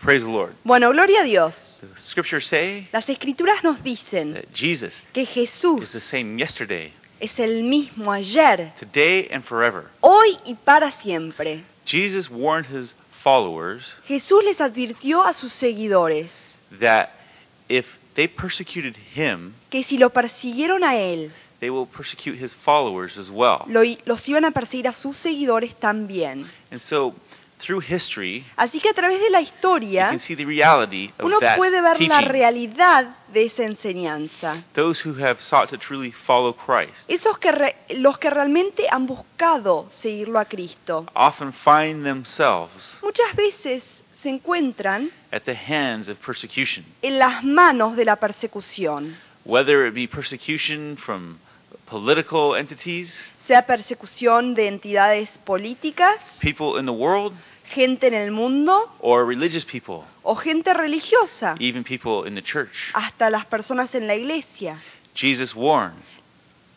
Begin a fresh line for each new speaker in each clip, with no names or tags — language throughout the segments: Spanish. Praise the Lord.
Bueno, gloria a Dios.
The scriptures say
Las escrituras nos dicen
that Jesus
que
is the
Jesús
same yesterday,
es el mismo ayer,
today, and forever.
hoy y para siempre.
Jesus warned his followers
Jesús les advirtió a sus seguidores
that if they persecuted him,
que si lo persiguieron a él,
they will persecute his followers as well.
lo i- los iban a perseguir a sus seguidores también.
And so, through history,
Así que a través de la
you
historia
can see the reality of
uno
that
puede ver la
teaching.
realidad de esa enseñanza.
Those who have sought to truly follow Christ
Esos que re- los que realmente han buscado seguirlo a Cristo,
often find themselves
muchas veces se encuentran
at the hands of persecution,
en las manos de la persecución,
whether it be persecution from political entities,
sea persecución de entidades políticas,
people in the world,
gente en el mundo
or religious people,
o gente religiosa,
even people in the church.
hasta las personas en la iglesia.
Jesus warned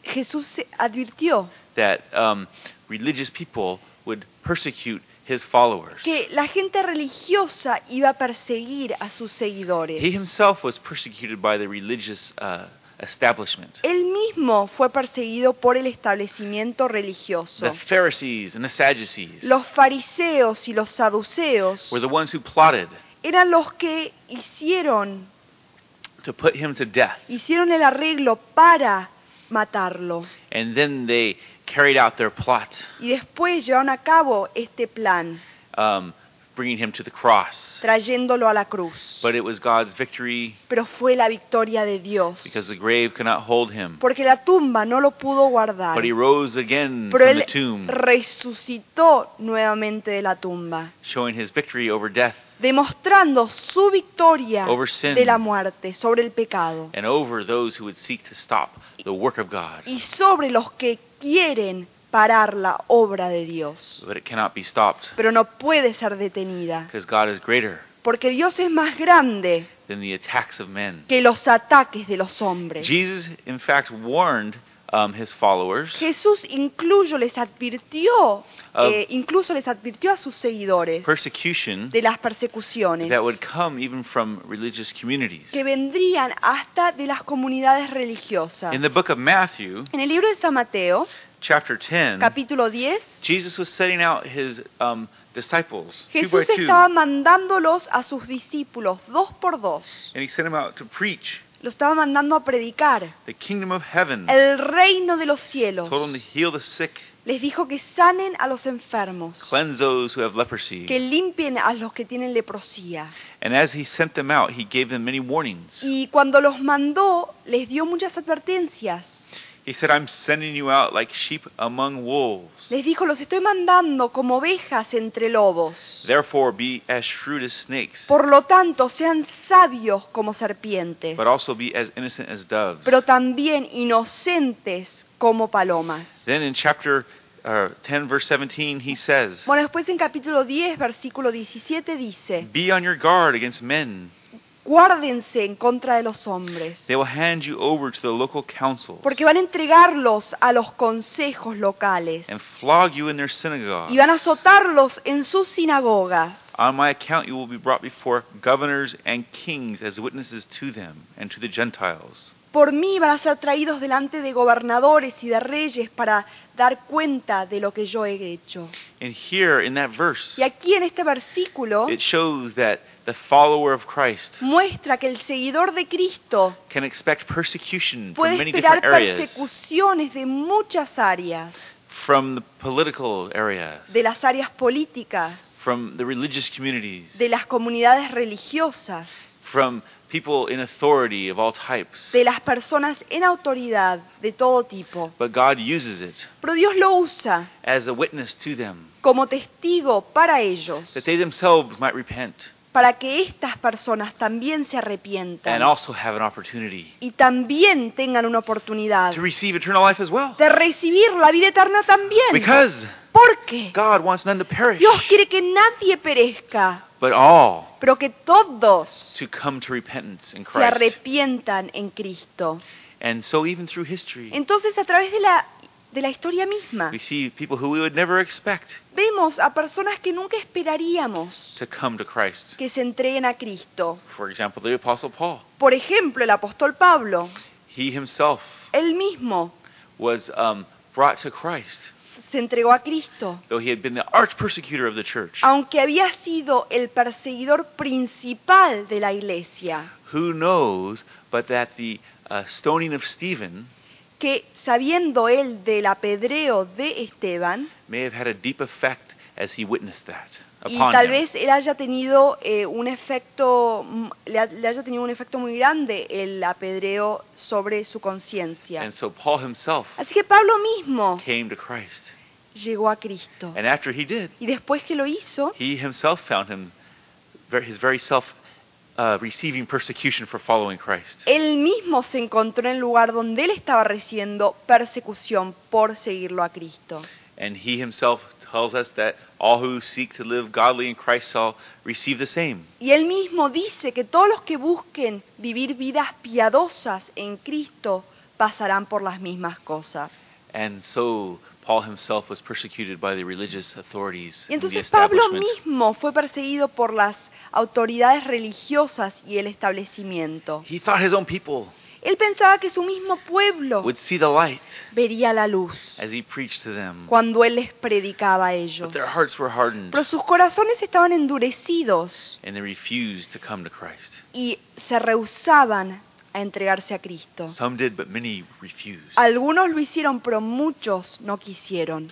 Jesús se advirtió
that um, religious people would persecute his followers.
que la gente religiosa iba a perseguir a sus
He
seguidores.
himself was persecuted by the religious uh, establishment.
Él mismo fue perseguido por el establecimiento religioso.
The Pharisees and the Sadducees
Los fariseos y los saduceos
were the ones who plotted
eran los que hicieron,
to put him to death.
hicieron el arreglo para matarlo.
And then they carried out their plot,
Y después llevaron a cabo este plan,
um, bringing him to the cross.
trayéndolo a la cruz.
But it was God's victory
Pero fue la victoria de Dios.
because the grave could not hold him.
Porque la tumba no lo pudo guardar.
But he rose again
Pero
from the
él
tomb,
resucitó nuevamente de la tumba,
showing his victory over death
demostrando su victoria
Over sin.
de la muerte sobre el pecado
and over those who would seek to stop the work of God.
y sobre los que quieren parar la obra de Dios.
But it cannot be stopped
Pero no puede ser detenida,
because God is greater
porque Dios es más grande
than the attacks of men.
que los ataques de los hombres.
Jesus, in fact, warned um, his followers
Jesús incluso les advirtió,
Of-
eh, incluso les advirtió a sus seguidores
persecution
de las persecuciones
that would come even from religious communities.
que vendrían hasta de las comunidades religiosas.
In the book of Matthew,
En el libro de San Mateo,
chapter 10,
capítulo 10,
Jesus was setting out his um, disciples two by
Jesús
two,
estaba mandándolos a sus discípulos dos por dos.
and he sent them out to preach
Los estaba mandando a predicar
the kingdom of heaven.
el reino de los cielos.
Told them to heal the sick,
Les dijo que sanen a los enfermos,
cleanse those who have
que
leprosy.
limpien a los que tienen leprosía.
And as he sent them out, he gave them many warnings.
Y cuando los mandó, les dio muchas advertencias.
He said, "I'm sending you out like sheep among wolves.
Les dijo, los estoy mandando como ovejas entre lobos.
Therefore, be as shrewd as snakes,
Por lo tanto, sean sabios como serpientes,
but also be as innocent as doves."
pero también inocentes como palomas.
Then in chapter uh, 10, verse 17, he says,
Bueno, después en capítulo 10, versículo 17 dice,
Be on your guard against men.
guárdense en contra de los hombres,
They will hand you over to the local councils
porque van a entregarlos a los consejos locales
and flog you in their synagogues.
y van a azotarlos en sus sinagogas.
On my account, you will be brought before governors and kings as witnesses to them and to the Gentiles.
Por mí van a ser traídos delante de gobernadores y de reyes para dar cuenta de lo que yo he hecho.
And here in that verse,
Y aquí en este versículo
it shows that the follower of
Mm.
Christ
muestra que el seguidor de Cristo
can expect persecution from
puede
many
esperar
different areas
persecuciones de muchas áreas,
from the political areas,
de las áreas políticas,
from the religious communities,
de las comunidades religiosas,
from people in authority of all types.
de las personas en autoridad de todo tipo.
But God uses it
Pero Dios lo usa
as a witness to them
como testigo para ellos,
that they themselves might repent
para que estas personas también se
and
arrepientan
also have an opportunity
y también tengan una oportunidad
to receive eternal life as well.
de recibir la vida eterna también.
Because
Porque
God wants none to perish,
Dios quiere que nadie perezca,
but all
pero que todos
to come to repentance in
se
Christ.
arrepientan en Cristo.
And so, even through history,
Entonces, a través de la de la historia misma.
We see people who we would never expect
Vemos a personas que nunca esperaríamos
to come to Christ.
que se entreguen a Cristo.
For example, the Apostle Paul.
Por ejemplo, el apóstol Pablo,
He himself
él mismo
was um, brought to Christ,
se entregó a Cristo,
though he had been the arch persecutor of the church.
aunque había sido el perseguidor principal de la iglesia,
Who knows but that the uh, stoning of Stephen
que sabiendo él del apedreo de Esteban,
may have had a deep effect as he witnessed that
y
upon
tal
him.
vez él haya tenido eh, un efecto, mm, le, ha- le haya tenido un efecto muy grande el apedreo sobre su conciencia.
And so Paul himself
Así que Pablo mismo
came to Christ.
llegó a Cristo.
And after he did,
Y después que lo hizo,
he himself found him ver- his very self uh, receiving persecution for following Christ.
él mismo se encontró en el lugar donde él estaba recibiendo persecución por seguirlo a Cristo.
And he himself tells us that all who seek to live godly in Christ shall receive the same.
Y él mismo dice que todos los que busquen vivir vidas piadosas en Cristo pasarán por las mismas cosas.
And so Paul himself was persecuted by the religious authorities
Y
and the
entonces Pablo
establishment.
mismo fue perseguido por las autoridades religiosas y el establecimiento.
He thought his own people
Él pensaba que su mismo pueblo
would see the light
vería la luz
as he preached to them.
cuando él les predicaba a ellos.
But their hearts were hardened
Pero sus corazones estaban endurecidos
and they refused to come to Christ.
y se rehusaban a entregarse a Cristo.
Some did, but many refused.
Algunos lo hicieron, pero muchos no quisieron.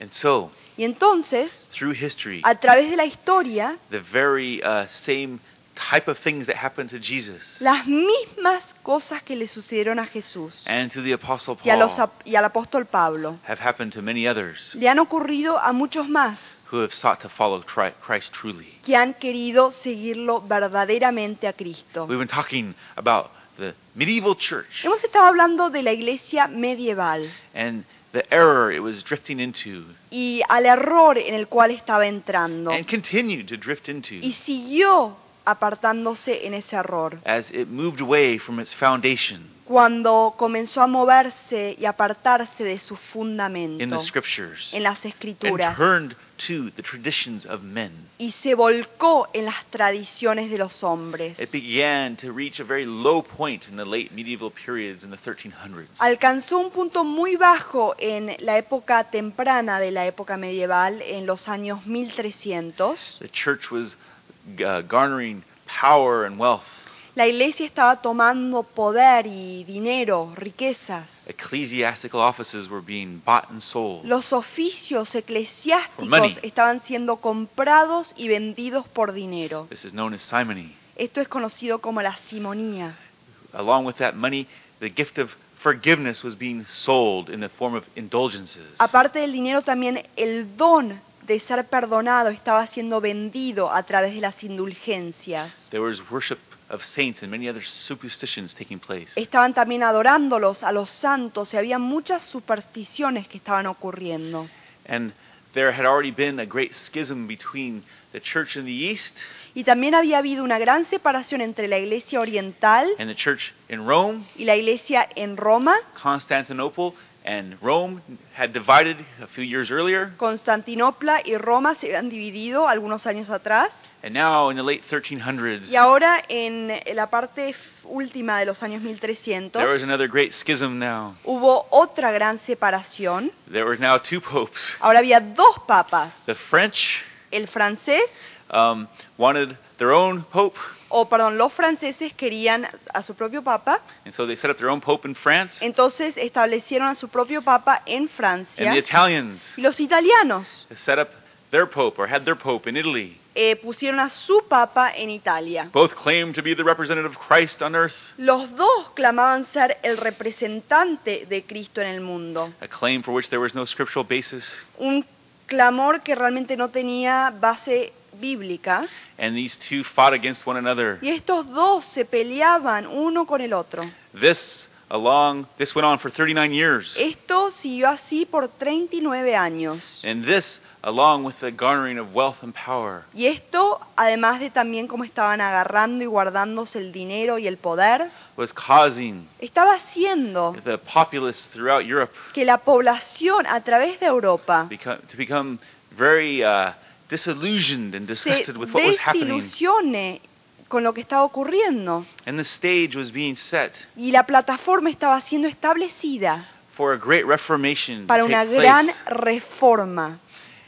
And so,
Y entonces,
through history,
a través de la historia,
the very uh, same type of things that happened to Jesus
las mismas cosas que le sucedieron a Jesús
and to the Apostle
y, a los
Paul
ap- y al apóstol Pablo
have happened to many others
le han ocurrido a muchos más
who have sought to follow tri- Christ truly.
que han querido seguirlo verdaderamente a Cristo.
We've been talking about the medieval church
Hemos estado hablando de la iglesia medieval
and the error it was drifting into
y al error en el cual estaba entrando
and continued to drift into
y siguió apartándose en ese error.
as it moved away from its foundation
Cuando comenzó a moverse y apartarse de su
in
fundamento
the scriptures
en las
and
escrituras
turned to the traditions of men.
y se volcó en las tradiciones de los hombres.
It began to reach a very low point in the late medieval periods in the 1300s.
Alcanzó un punto muy bajo en la época temprana de la época medieval, en los años 1300.
The church was uh, garnering power and wealth.
La iglesia estaba tomando poder y dinero, riquezas.
Ecclesiastical offices were being bought and sold.
Los oficios
For money.
eclesiásticos estaban siendo comprados y vendidos por dinero.
This is known as simony.
Esto es conocido como la simonía.
Along with that money, the gift of forgiveness was being sold in the form of indulgences.
Aparte del dinero, también el don de ser perdonado estaba siendo vendido a través de las indulgencias.
There was worship of saints and many other superstitions taking place.
Estaban también adorándolos a los santos y había muchas supersticiones que estaban ocurriendo.
And there had already been a great schism between the church in the East
Y también había habido una gran separación entre la iglesia oriental
and the church in Rome.
y la iglesia en Roma.
Constantinople and Rome had divided a few years earlier.
Constantinopla y Roma se habían dividido algunos años atrás
And now in the late 1300s,
y ahora en la parte f- última de los años
there was
1300
another great schism now.
hubo otra gran separación.
There were now two popes.
Ahora había dos papas.
The French
El francés,
um, wanted their own pope,
o perdón, los franceses querían a su propio papa,
and so they set up their own pope in France.
entonces establecieron a su propio papa en Francia.
And the Italians
Y los italianos
set up their pope or had their pope in Italy.
eh, pusieron a su papa en Italia.
Both claimed to be the representative of Christ on earth,
Los dos clamaban ser el representante de Cristo en el mundo.
a claim for which there was no scriptural basis.
Un clamor que realmente no tenía base bíblica.
And these two fought against one another.
Y estos dos se peleaban uno con el otro.
This along. This went on for 39 years.
Esto siguió así por 39 años.
And this, along with the garnering of wealth and power,
Y esto, además de también cómo estaban agarrando y guardándose el dinero y el poder,
was causing
estaba haciendo
the populace throughout Europe
que la población a través de Europa
become, to become very uh, disillusioned and
se
disgusted with what was happening.
desilusione con lo que estaba ocurriendo.
And the stage was being set
Y la plataforma estaba siendo establecida
for a great reformation
para
to
una
take
gran
place.
reforma.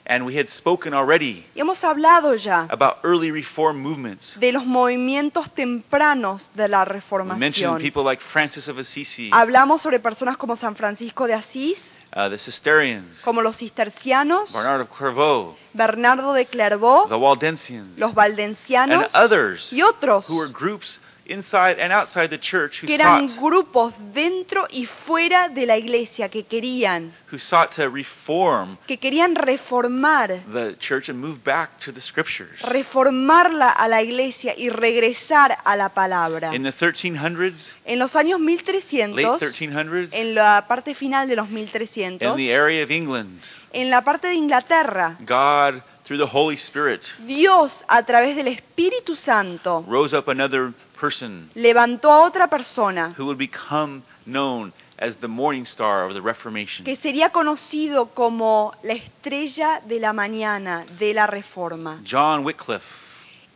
And we had spoken already
Y hemos hablado ya
about early reform movements.
de los movimientos tempranos de la
We mentioned
reformación.
people like Francis of Assisi,
Hablamos sobre personas como San Francisco de Asís,
uh, the Cistercians,
como los cistercianos,
Bernard of Clairvaux,
Bernardo de
the
Clairvaux,
Waldensians,
los
and
valdencianos
others
y otros
who were groups inside and outside the church who
que eran
sought,
grupos dentro y fuera de la iglesia que querían,
who sought to reform
que querían reformar,
the church and move back to the scriptures.
reformarla a la iglesia y regresar a la palabra.
In the 1300s,
En los años
late
1300,
1300s,
en la parte final de los
in
1300,
the area of England,
en la parte de Inglaterra,
God, through the Holy Spirit,
Dios a través del Espíritu Santo
rose up another person
levantó a otra persona
who would become known as the morning star of the Reformation.
que sería conocido como la estrella de la mañana de la Reforma.
John Wycliffe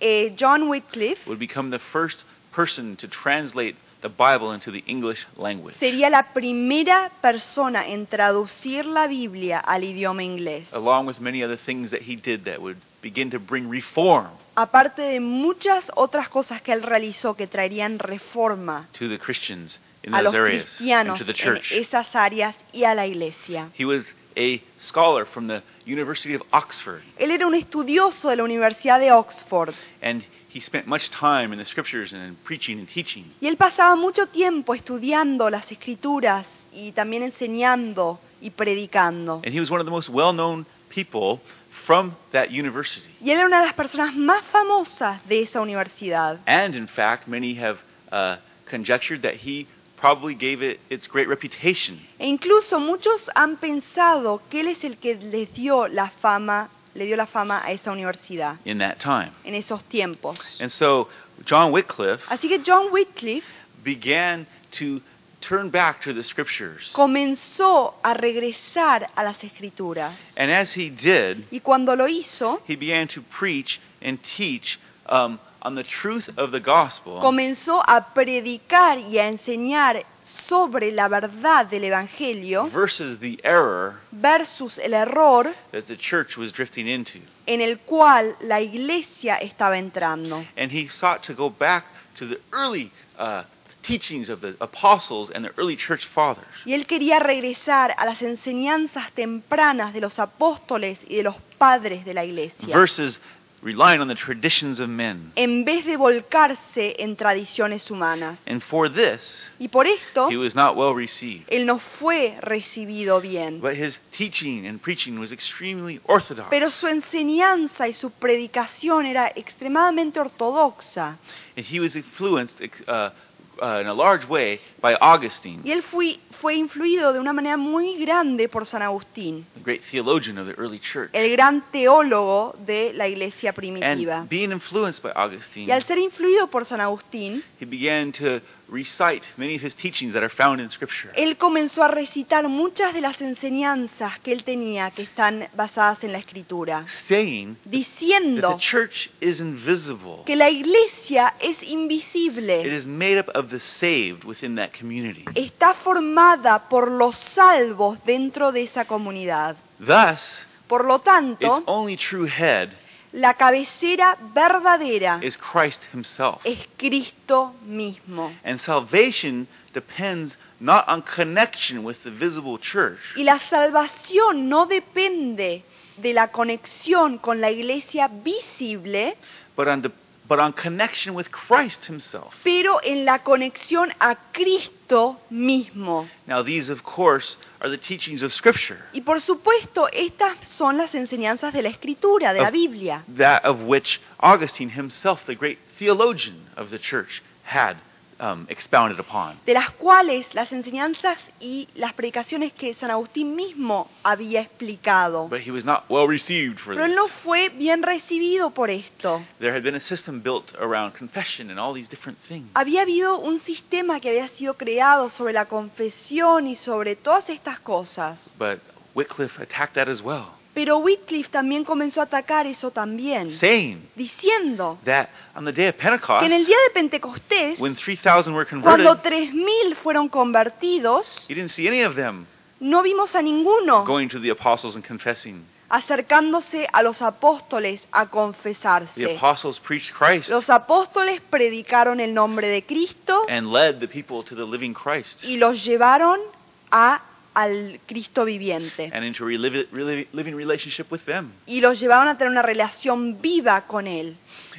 Eh, John Wycliffe
would become the first person to translate the Bible into the English language,
sería la primera persona en traducir la Biblia al idioma inglés,
along with many other things that he did that would begin to bring reform
aparte de muchas otras cosas que él realizó que traerían reforma
to the Christians in
a los
those areas and
cristianos
to the
en
church.
esas áreas y a la iglesia.
He was a scholar from the University of Oxford,
Él era un estudioso de la Universidad de Oxford
and he spent much time in the scriptures and in preaching and teaching.
y él pasaba mucho tiempo estudiando las escrituras y también enseñando y predicando.
And he was one of the most well known people from that university.
Y él era una de las personas más famosas de esa universidad.
And in fact, many have uh, conjectured that he probably gave it its great reputation.
E incluso muchos han pensado que él es el que les dio la fama, le dio la fama a esa universidad
in that time.
en esos tiempos.
And so John Wycliffe
Así que John Wycliffe
began to turn back to the scriptures.
comenzó a regresar a las escrituras.
And as he did,
Y cuando lo hizo,
he began to preach and teach um, on the truth of the gospel
comenzó a predicar y a enseñar sobre la verdad del Evangelio
versus the error
versus el error
that the church was drifting into.
en el cual la iglesia estaba entrando.
And he sought to go back to the early uh, teachings of the apostles and the early church fathers.
Y él quería regresar a las enseñanzas tempranas de los apóstoles y de los padres de la iglesia,
Versus relying on the traditions of men.
en vez de volcarse en tradiciones humanas.
And for this,
Y por esto,
he was not well received.
él no fue recibido bien.
But his teaching and preaching was extremely orthodox.
Pero su enseñanza y su predicación era extremadamente ortodoxa.
and he was influenced uh, uh, in a large way by Augustine,
Y él fui- fue influido de una manera muy grande por San Agustín,
the great theologian of the early church.
el gran teólogo de la iglesia primitiva.
And being influenced by Augustine,
Y al ser influido por San Agustín,
he began to recite many of his teachings that are found in Scripture.
Él comenzó a recitar muchas de las enseñanzas que él tenía que están basadas en la escritura,
saying that the
diciendo
church is invisible.
que la iglesia es
It
invisible,
is made up of the saved within that community.
está formada por los salvos dentro de esa comunidad.
Thus,
Por lo
its
tanto,
only true head
la cabecera verdadera
is Christ himself.
es Cristo mismo.
And salvation depends not on connection with the visible church,
Y la salvación no depende de la conexión con la iglesia visible,
but on, the, but on connection with Christ himself.
pero en la conexión a Cristo mismo.
Now, these, of course, are the teachings of Scripture,
Y por supuesto, estas son las enseñanzas de la Escritura, de la
Of-
Biblia,
that of which Augustine himself, the great theologian of the church, had um, expounded upon.
de las cuales las enseñanzas y las predicaciones que San Agustín mismo había explicado.
But he was not well received for
Pero él no
this.
fue bien recibido por esto.
There had been a system built around confession and all these different things.
Había habido un sistema que había sido creado sobre la confesión y sobre todas estas cosas.
But Wycliffe attacked that as well,
Pero Wycliffe también comenzó a atacar eso también,
saying
diciendo
that on the day of
que
Pentecost,
en el día de Pentecostés,
when 3,000 were converted,
cuando 3.000 fueron convertidos,
you didn't see any of them
no vimos a ninguno
going to the apostles and confessing.
acercándose a los apóstoles a
The
confesarse.
apostles preached Christ
Los apóstoles predicaron el nombre de Cristo
and led the people to the living Christ
y los llevaron a, al Cristo viviente.
and into a relivi- relivi- living relationship with them.
y los llevaron a tener una relación viva con él.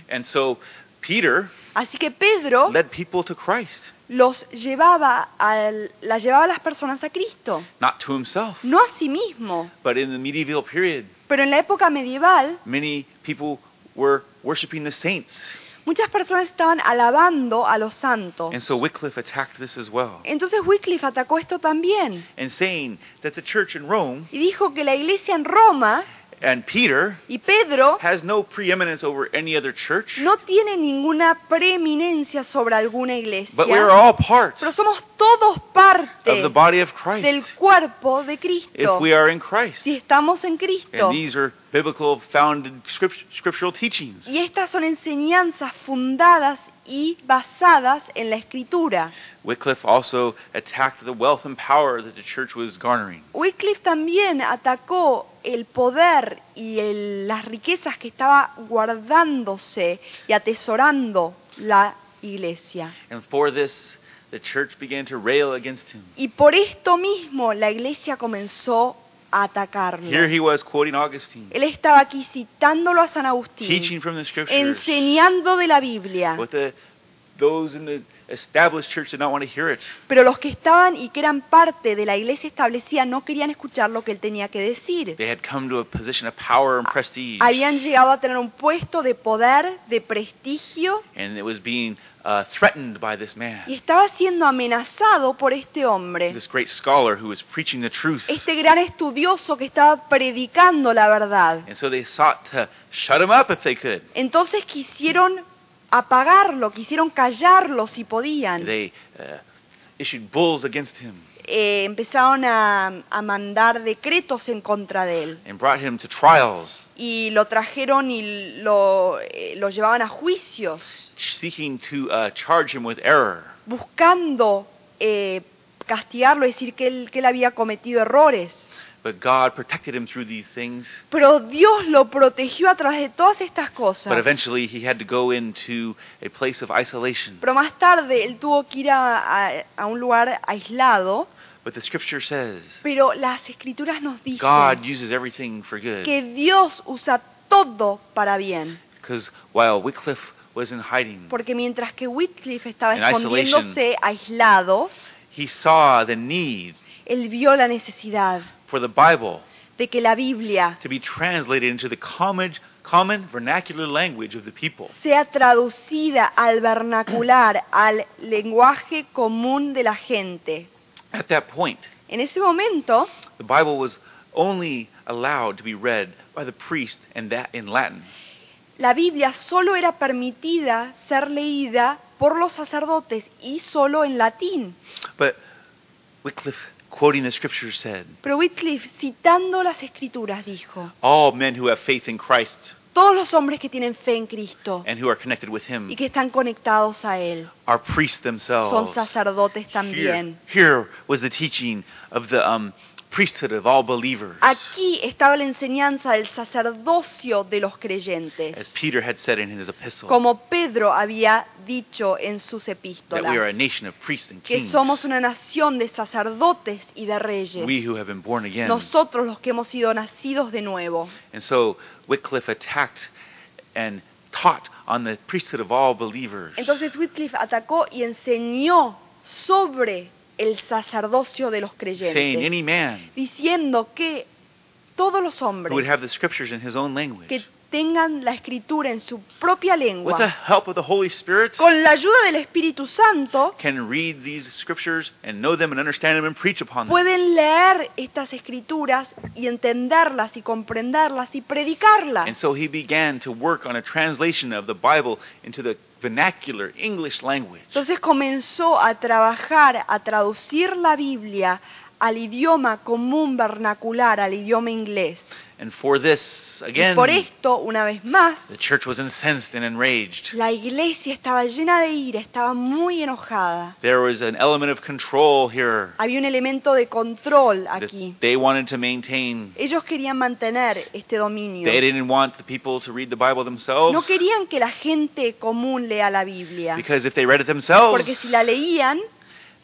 And so Peter
Así que Pedro
led people to Christ,
los llevaba al, la llevaba a las personas a Cristo,
not to himself.
no a sí mismo.
But in the medieval period,
Pero en la época medieval,
many people were worshiping the saints.
muchas personas estaban alabando a los santos.
And so Wycliffe attacked this as well
Entonces Wycliffe atacó esto también
and saying that the church in Rome
y dijo que la iglesia en Roma
and Peter
y Pedro
has no preeminence over any other church,
no tiene ninguna preeminencia sobre alguna
but we are
iglesia,
all part
pero somos todos
of
parte
the body of
del
Christ
cuerpo de Cristo.
if we are in Christ.
Si estamos en Cristo.
And these are biblical founded script, scriptural teachings.
Y estas son enseñanzas fundadas y basadas en la escritura.
Wycliffe also attacked the wealth and power that the church was garnering.
Wycliffe también atacó el poder y el- las riquezas que estaba guardándose y atesorando la iglesia.
And for this, the church began to rail against him.
Y por esto mismo la iglesia comenzó a atacarlo.
Here he was quoting Augustine,
Él estaba aquí citándolo a San
teaching
Agustín,
from the scriptures.
enseñando de la Biblia.
But the, those in the established church did not want to hear it.
Pero los que estaban y que eran parte de la iglesia establecida no querían escuchar lo que él tenía que decir.
They had come to a position of power and prestige,
habían llegado a tener un puesto de poder, de prestigio,
and it was being uh, threatened by this
y
man,
estaba siendo amenazado por este hombre,
this great scholar who was preaching the truth.
este gran estudioso que estaba predicando la verdad.
And so they sought to shut him up if they could.
Entonces quisieron apagarlo, quisieron callarlo si podían.
They uh, issued bulls against him
Eh, empezaron a, a mandar decretos en contra de él
and brought him to trials,
y lo trajeron y lo, eh, lo llevaban a juicios,
seeking to uh, charge him with error.
buscando eh, castigarlo, decir que él- que él había cometido errores.
But God protected him through these things.
Pero Dios lo protegió a través de todas estas cosas.
But eventually he had to go into a place of isolation.
Pero más tarde él tuvo que ir a, a- a un lugar aislado.
But the scripture says
Pero las escrituras nos dicen
God uses everything for good.
que Dios usa todo para bien.
Because while Wycliffe was in hiding,
Porque mientras que Whitcliffe estaba
In isolation.
escondiéndose aislado,
he saw the need
él vio la necesidad
for the Bible
de que la Biblia
to be translated into the common, common vernacular language of the people.
sea traducida al vernacular, al lenguaje común de la gente.
At that point,
En ese momento,
the Bible was only allowed to be read by the priest and that in Latin.
La Biblia solo era permitida ser leída por los sacerdotes y solo en latín.
But Wycliffe, quoting the scripture, said,
Pero Whitcliffe, citando las escrituras, dijo,
All men who have faith in Christ
todos los hombres que tienen fe en Cristo
and who are connected with him
y que están conectados a Él
are priests
son
themselves.
sacerdotes
Oh, Here,
también.
here was the teaching of the um, priesthood of all believers.
Aquí estaba la enseñanza del sacerdocio de los
As
creyentes,
Peter had said in his epistle,
como Pedro había dicho en sus
that we are a
epístolas,
nation of priests and
que
kings.
somos una nación de sacerdotes y de
We
reyes.
who have been born again.
nosotros los que hemos sido nacidos de nuevo.
And so Wycliffe attacked and taught on the priesthood of all believers.
Entonces Wycliffe atacó y enseñó sobre el sacerdocio de los
saying any
creyentes,
man
diciendo que todos los
who would
hombres
have the scriptures in his own
que
language
tengan la escritura en su propia
with the
lengua,
help of the Holy Spirit,
con la ayuda del Espíritu Santo,
can read these scriptures and know them and understand them and preach upon them.
pueden leer estas escrituras y entenderlas y comprenderlas y
And
predicarlas.
so he began to work on a translation of the Bible into the vernacular English language.
Entonces comenzó a trabajar, a traducir la Biblia al idioma común vernacular, al idioma inglés.
And for this,
Y
again,
por esto, una vez más,
the church was incensed and enraged.
la iglesia estaba llena de ira, estaba muy enojada.
There was an element of control here.
Había un elemento de control
that
aquí.
They wanted to maintain.
Ellos querían mantener este dominio.
They didn't want the people to read the Bible
No
themselves
querían que la gente común lea la Biblia,
because if they read it
porque
themselves,
si la leían,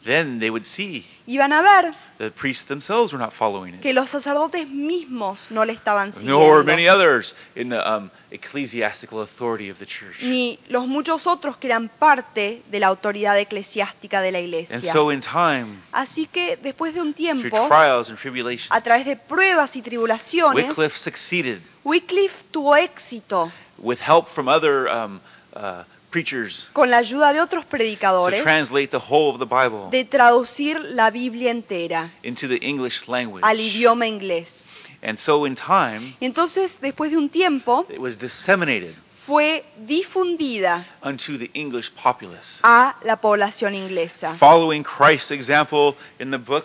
then they would see
iban a ver
the priests themselves were not following
que
it,
los sacerdotes mismos no le estaban
nor many
siguiendo,
others in the um, ecclesiastical authority of the church.
ni los muchos otros que eran parte de la autoridad eclesiástica de la
And
iglesia.
so, in time,
Así que después de un
through
tiempo,
trials and tribulations,
a través de pruebas y tribulaciones,
Wycliffe succeeded
Wycliffe tuvo éxito
with help from other um, uh, preachers
con la ayuda de otros
to
predicadores
translate the whole of the Bible
de traducir la Biblia entera
into the English language.
al idioma inglés.
And so, in time,
Y entonces, después de un tiempo,
it was disseminated
fue difundida
unto the English populace.
a la población inglesa.
Following Christ's example in the book,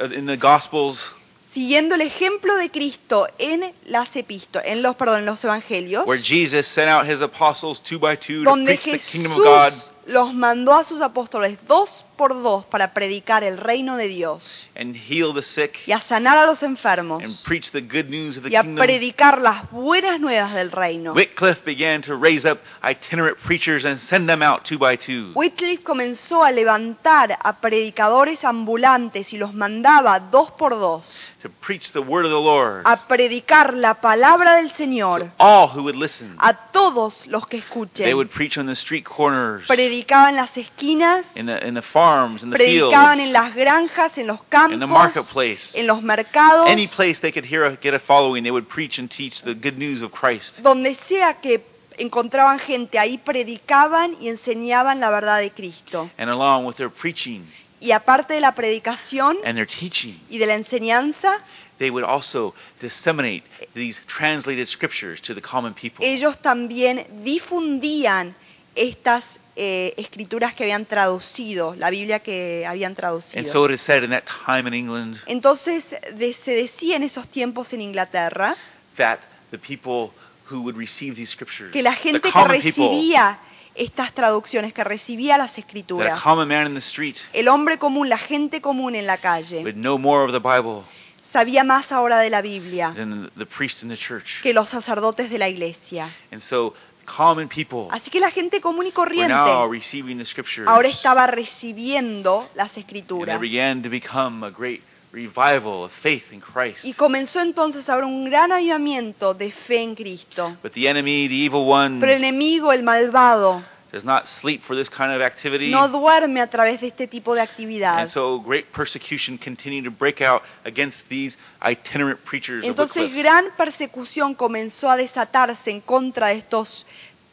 uh, in the Gospels,
Siguiendo el ejemplo de Cristo en las episto, en los perdón, en los evangelios,
where Jesus sent out his apostles two by two to
donde
preach the kingdom of God,
Jesús los mandó a sus apóstoles dos por dos para predicar el reino de Dios
and heal the sick,
y a sanar a los
and
enfermos
preach the good news of the
y a
kingdom.
predicar las buenas nuevas del reino.
Wycliffe began to raise up itinerant preachers and send them out two by two.
Wycliffe comenzó a levantar a predicadores ambulantes y los mandaba dos por dos
to preach the word of the Lord
a predicar la palabra del
to
Señor
all who would listen.
a todos los que
They
escuchen.
would preach on the street corners,
Predicaban en las esquinas,
in the, in the farms, in the fields,
predicaban en las granjas, en los
in the
campos,
marketplace.
en los mercados,
Any place they could hear a, get a following, they would preach and teach the good news of Christ.
donde sea que encontraban gente, ahí predicaban y enseñaban la verdad de Cristo.
And along with their preaching
Y aparte de la predicación
and their teaching,
y de la enseñanza,
they would also disseminate these translated scriptures to the common people.
ellos también difundían estas eh, escrituras que habían traducido, la Biblia que habían
And
traducido.
so it is said in that time in England
Entonces de- se decía en esos tiempos en Inglaterra
that the people who would receive these scriptures,
que la
the
gente que
common people,
recibía estas traducciones, que recibía las
that a
escrituras,
common man in the street
el hombre común, la gente común en la calle,
would know more of the Bible
sabía más ahora de la Biblia
than the priest in the church.
que los sacerdotes de la iglesia.
And so common people
Así que la gente común y
were now
corriente
receiving the scriptures.
ahora estaba recibiendo las
And there
escrituras.
began to become a great revival of faith in Christ.
Y comenzó entonces a haber un gran avivamiento de fe en Cristo.
But the enemy, the evil one,
Pero el enemigo, el malvado,
does not sleep for this kind of activity.
no duerme a través de este tipo de actividad.
And so great persecution continued to break out against these itinerant preachers of
Entonces
Wycliffe's.
gran persecución comenzó a desatarse en contra de estos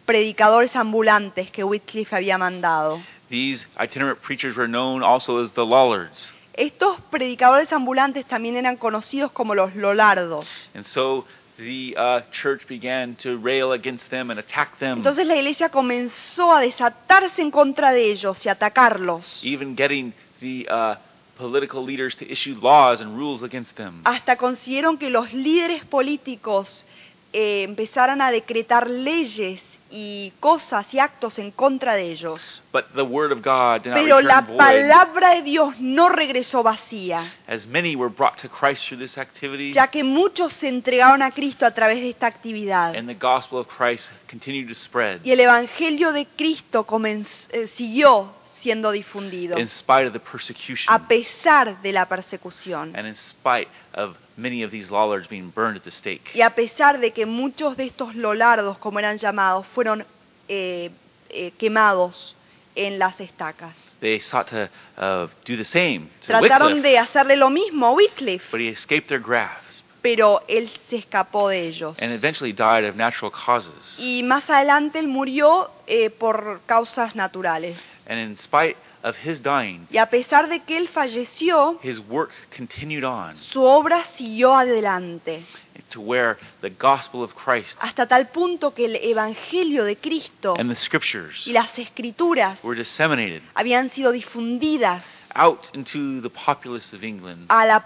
predicadores ambulantes que Wycliffe había mandado.
These itinerant preachers were known also as the Lollards.
Estos predicadores ambulantes también eran conocidos como los lolardos.
And so the uh, church began to rail against them and attack them,
Entonces la iglesia comenzó a desatarse en contra de ellos y atacarlos,
even getting the uh, political leaders to issue laws and rules against them.
hasta consiguieron que los líderes políticos eh, empezaran a decretar leyes y cosas y actos en contra de ellos.
But the word of God did not
Pero la
return void,
palabra de Dios no regresó vacía.
as many were brought to Christ through this activity,
ya que muchos se entregaron a Cristo a través de esta actividad.
and the gospel of Christ continued to spread
Y el Evangelio de Cristo comenz- eh, siguió siendo difundido,
in spite of the persecution
a pesar de la persecución
and in spite of many of these Lollards being burned at the stake.
y a pesar de que muchos de estos lolardos, como eran llamados, fueron eh, eh, quemados en las estacas.
They sought to uh, do the same to
Trataron
Wycliffe,
de hacerle lo mismo a Wycliffe,
but he escaped their grasp.
pero él se escapó de ellos.
and eventually died of natural causes.
Y más adelante él murió eh, por causas naturales.
And in spite of his dying,
Y a pesar de que él falleció,
his work continued on
su obra siguió adelante,
to where the gospel of Christ
hasta tal punto que el Evangelio de Cristo
and the scriptures
y las escrituras
were disseminated
habían sido difundidas
out into the populace of England
a la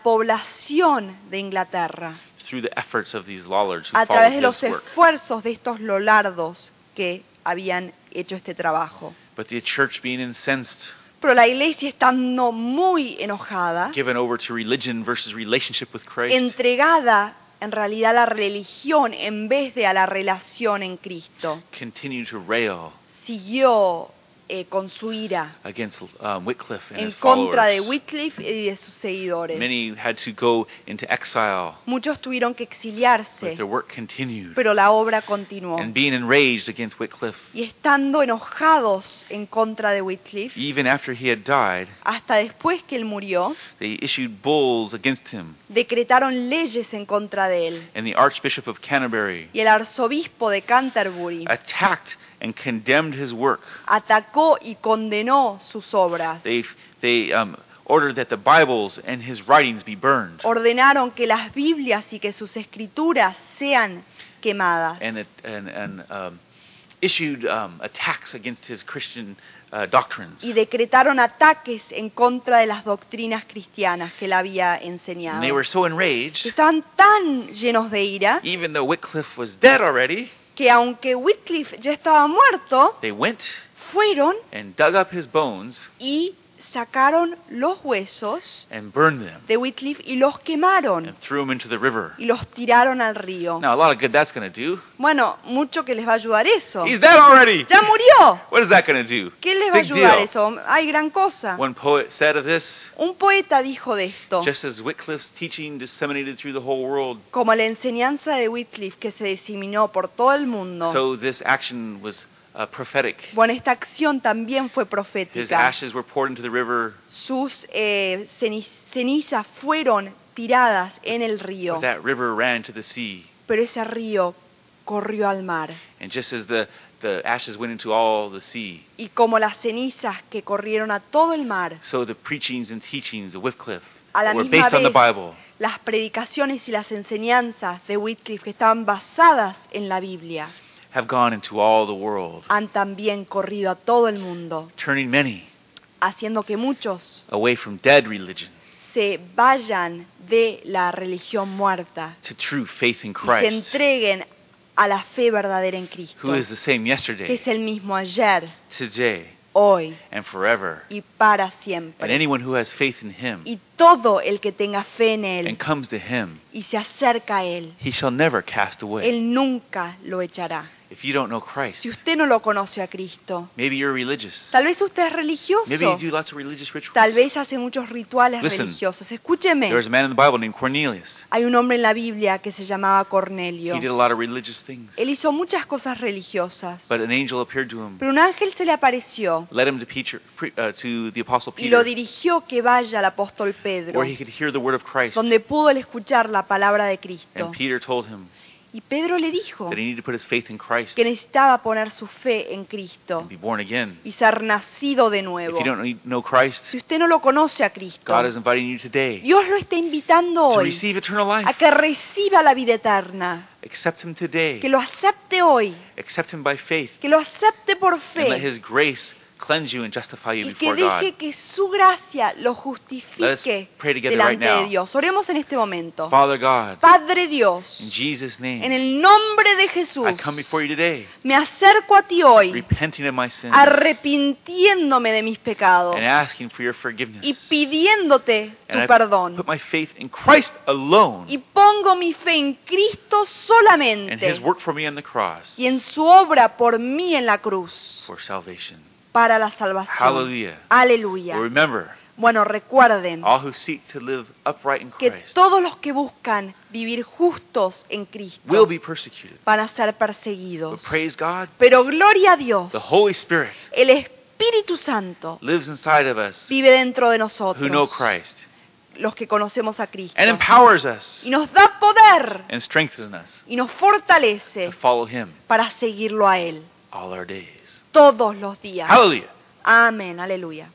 población de Inglaterra
through the efforts of these Lollards who
a través de
followed
los
his work.
esfuerzos de estos lolardos que habían hecho este trabajo.
But the church being incensed,
Pero la iglesia estando muy enojada,
given over to religion versus relationship with Christ,
entregada en realidad a la religión en vez de a la relación en Cristo,
continued to rail
siguió eh, con su ira
against um, Wycliffe and
en
his
contra de
followers.
Wycliffe y de sus seguidores.
Many had to go into exile,
Muchos tuvieron que
but
exiliarse,
their work continued.
pero la obra continuó.
And being enraged against Wycliffe,
Y estando enojados en contra de Wycliffe,
even after he had died,
hasta después que él murió,
they issued bulls against him.
decretaron leyes en contra de él.
And the Archbishop of Canterbury
Y el arzobispo de Canterbury
este attacked and condemned his work.
atacó y condenó sus obras.
They, they um, ordered that the Bibles and his writings be burned,
Ordenaron que las Biblias y que sus escrituras sean quemadas.
and, it, and, and um, issued um, attacks against his Christian uh, doctrines.
Y decretaron ataques en contra de las doctrinas cristianas que él había
And
enseñado.
they were so enraged,
Estaban tan llenos de ira
even though Wycliffe was dead already,
que aunque Wycliffe ya estaba muerto,
they went
fueron
and dug up his bones
y sacaron los huesos
and burned them
de Wycliffe y los quemaron
and threw them into the river.
y los tiraron al río.
Now, a lot of good that's going to do.
Bueno, mucho que les va a ayudar eso.
He's dead already!
Ya murió.
What is that going to do?
¿Qué les va a
Big
ayudar
deal.
eso? Hay gran cosa.
One poet said of this
Un poeta dijo de esto,
just as Wycliffe's teaching disseminated through the whole world,
como la enseñanza de Wycliffe que se diseminó por todo el mundo.
so this action was uh, prophetic.
Bueno, esta acción también fue
His
profética.
ashes were poured into the river.
Sus eh, ceni- cenizas fueron tiradas en el río,
but that river ran to the sea.
pero ese río corrió al mar.
And just as the, the ashes went into all the sea,
Y como las cenizas que corrieron a todo el mar,
so the preachings and teachings of Wycliffe
A la
were
misma
based on the
vez-
Bible.
las predicaciones y las enseñanzas de Wycliffe que estaban basadas en la Biblia,
have gone into all the world,
han también corrido a todo el mundo,
turning many
haciendo que muchos
away from dead religion
se vayan de la religión muerta
to true faith in
y se
Christ,
entreguen a la fe verdadera en Cristo,
who is the same
que
yesterday,
es el mismo ayer,
today,
hoy
and forever.
y para
And
siempre.
anyone who has faith in him
Y todo el que tenga fe en
and
Él
comes to him,
y se acerca a Él,
he shall never cast away.
Él nunca lo echará.
If you don't know Christ,
Si usted no lo conoce a Cristo,
maybe you're religious.
tal vez usted es
Maybe you
religioso,
do lots of religious rituals.
tal vez hace muchos rituales
Listen.
religiosos. Escúcheme,
There was a man in the Bible named Cornelius.
hay un hombre en la Biblia que se llamaba
He
Cornelio.
did a lot of religious things.
Él hizo muchas cosas religiosas.
But an angel appeared to him,
Pero un ángel se le apareció
led him to, Peter, pre- uh, to the Apostle
y lo
Peter,
dirigió que vaya al apóstol Pedro,
where he could hear the word of Christ.
donde pudo él escuchar la palabra de
And
Cristo.
Peter told him
Y Pedro le dijo
that he needed to put his faith in Christ
que necesitaba poner su fe en Cristo
and be born again.
y ser nacido de
If
nuevo.
you don't need- know Christ,
Si usted no lo conoce a Cristo,
God is inviting you today
Dios lo está invitando
to
hoy
receive eternal
a
life.
que reciba la vida eterna,
Accept him
que
today.
lo acepte hoy,
Accept him by faith.
que lo acepte por
And let
fe
his grace cleanse you and justify you
y que
before God.
deje que su gracia
Let
lo
us
justifique
pray together right
delante de
now.
Dios. Oremos en este momento.
Father God,
Padre Dios,
in Jesus'
en
name,
el nombre de Jesús,
I come before you today,
me acerco a ti hoy,
repenting of my sins and
arrepintiéndome de mis pecados
asking for your
y
forgiveness.
pidiéndote tu
And I
perdón.
put my faith in Christ alone
Y pongo mi fe en Cristo
and
solamente
his work for me on the cross
y en su obra por mí en la cruz
for salvation.
para la salvación.
Hallelujah.
Aleluya.
Well, remember,
Bueno, recuerden
all who seek to live upright in
que
Christ
todos los que buscan vivir justos en Cristo
will be persecuted.
van a ser
But
perseguidos.
praise God,
Pero gloria a Dios.
the Holy Spirit
El Espíritu Santo
lives inside of us
vive dentro de
who know
nosotros,
Christ
los que conocemos a Cristo.
and empowers us
Y nos da poder
and strengthens us
y nos
to
fortalece
follow Him
para seguirlo a Él
all our days.
todos los días.
Hallelujah.
Amén, aleluya.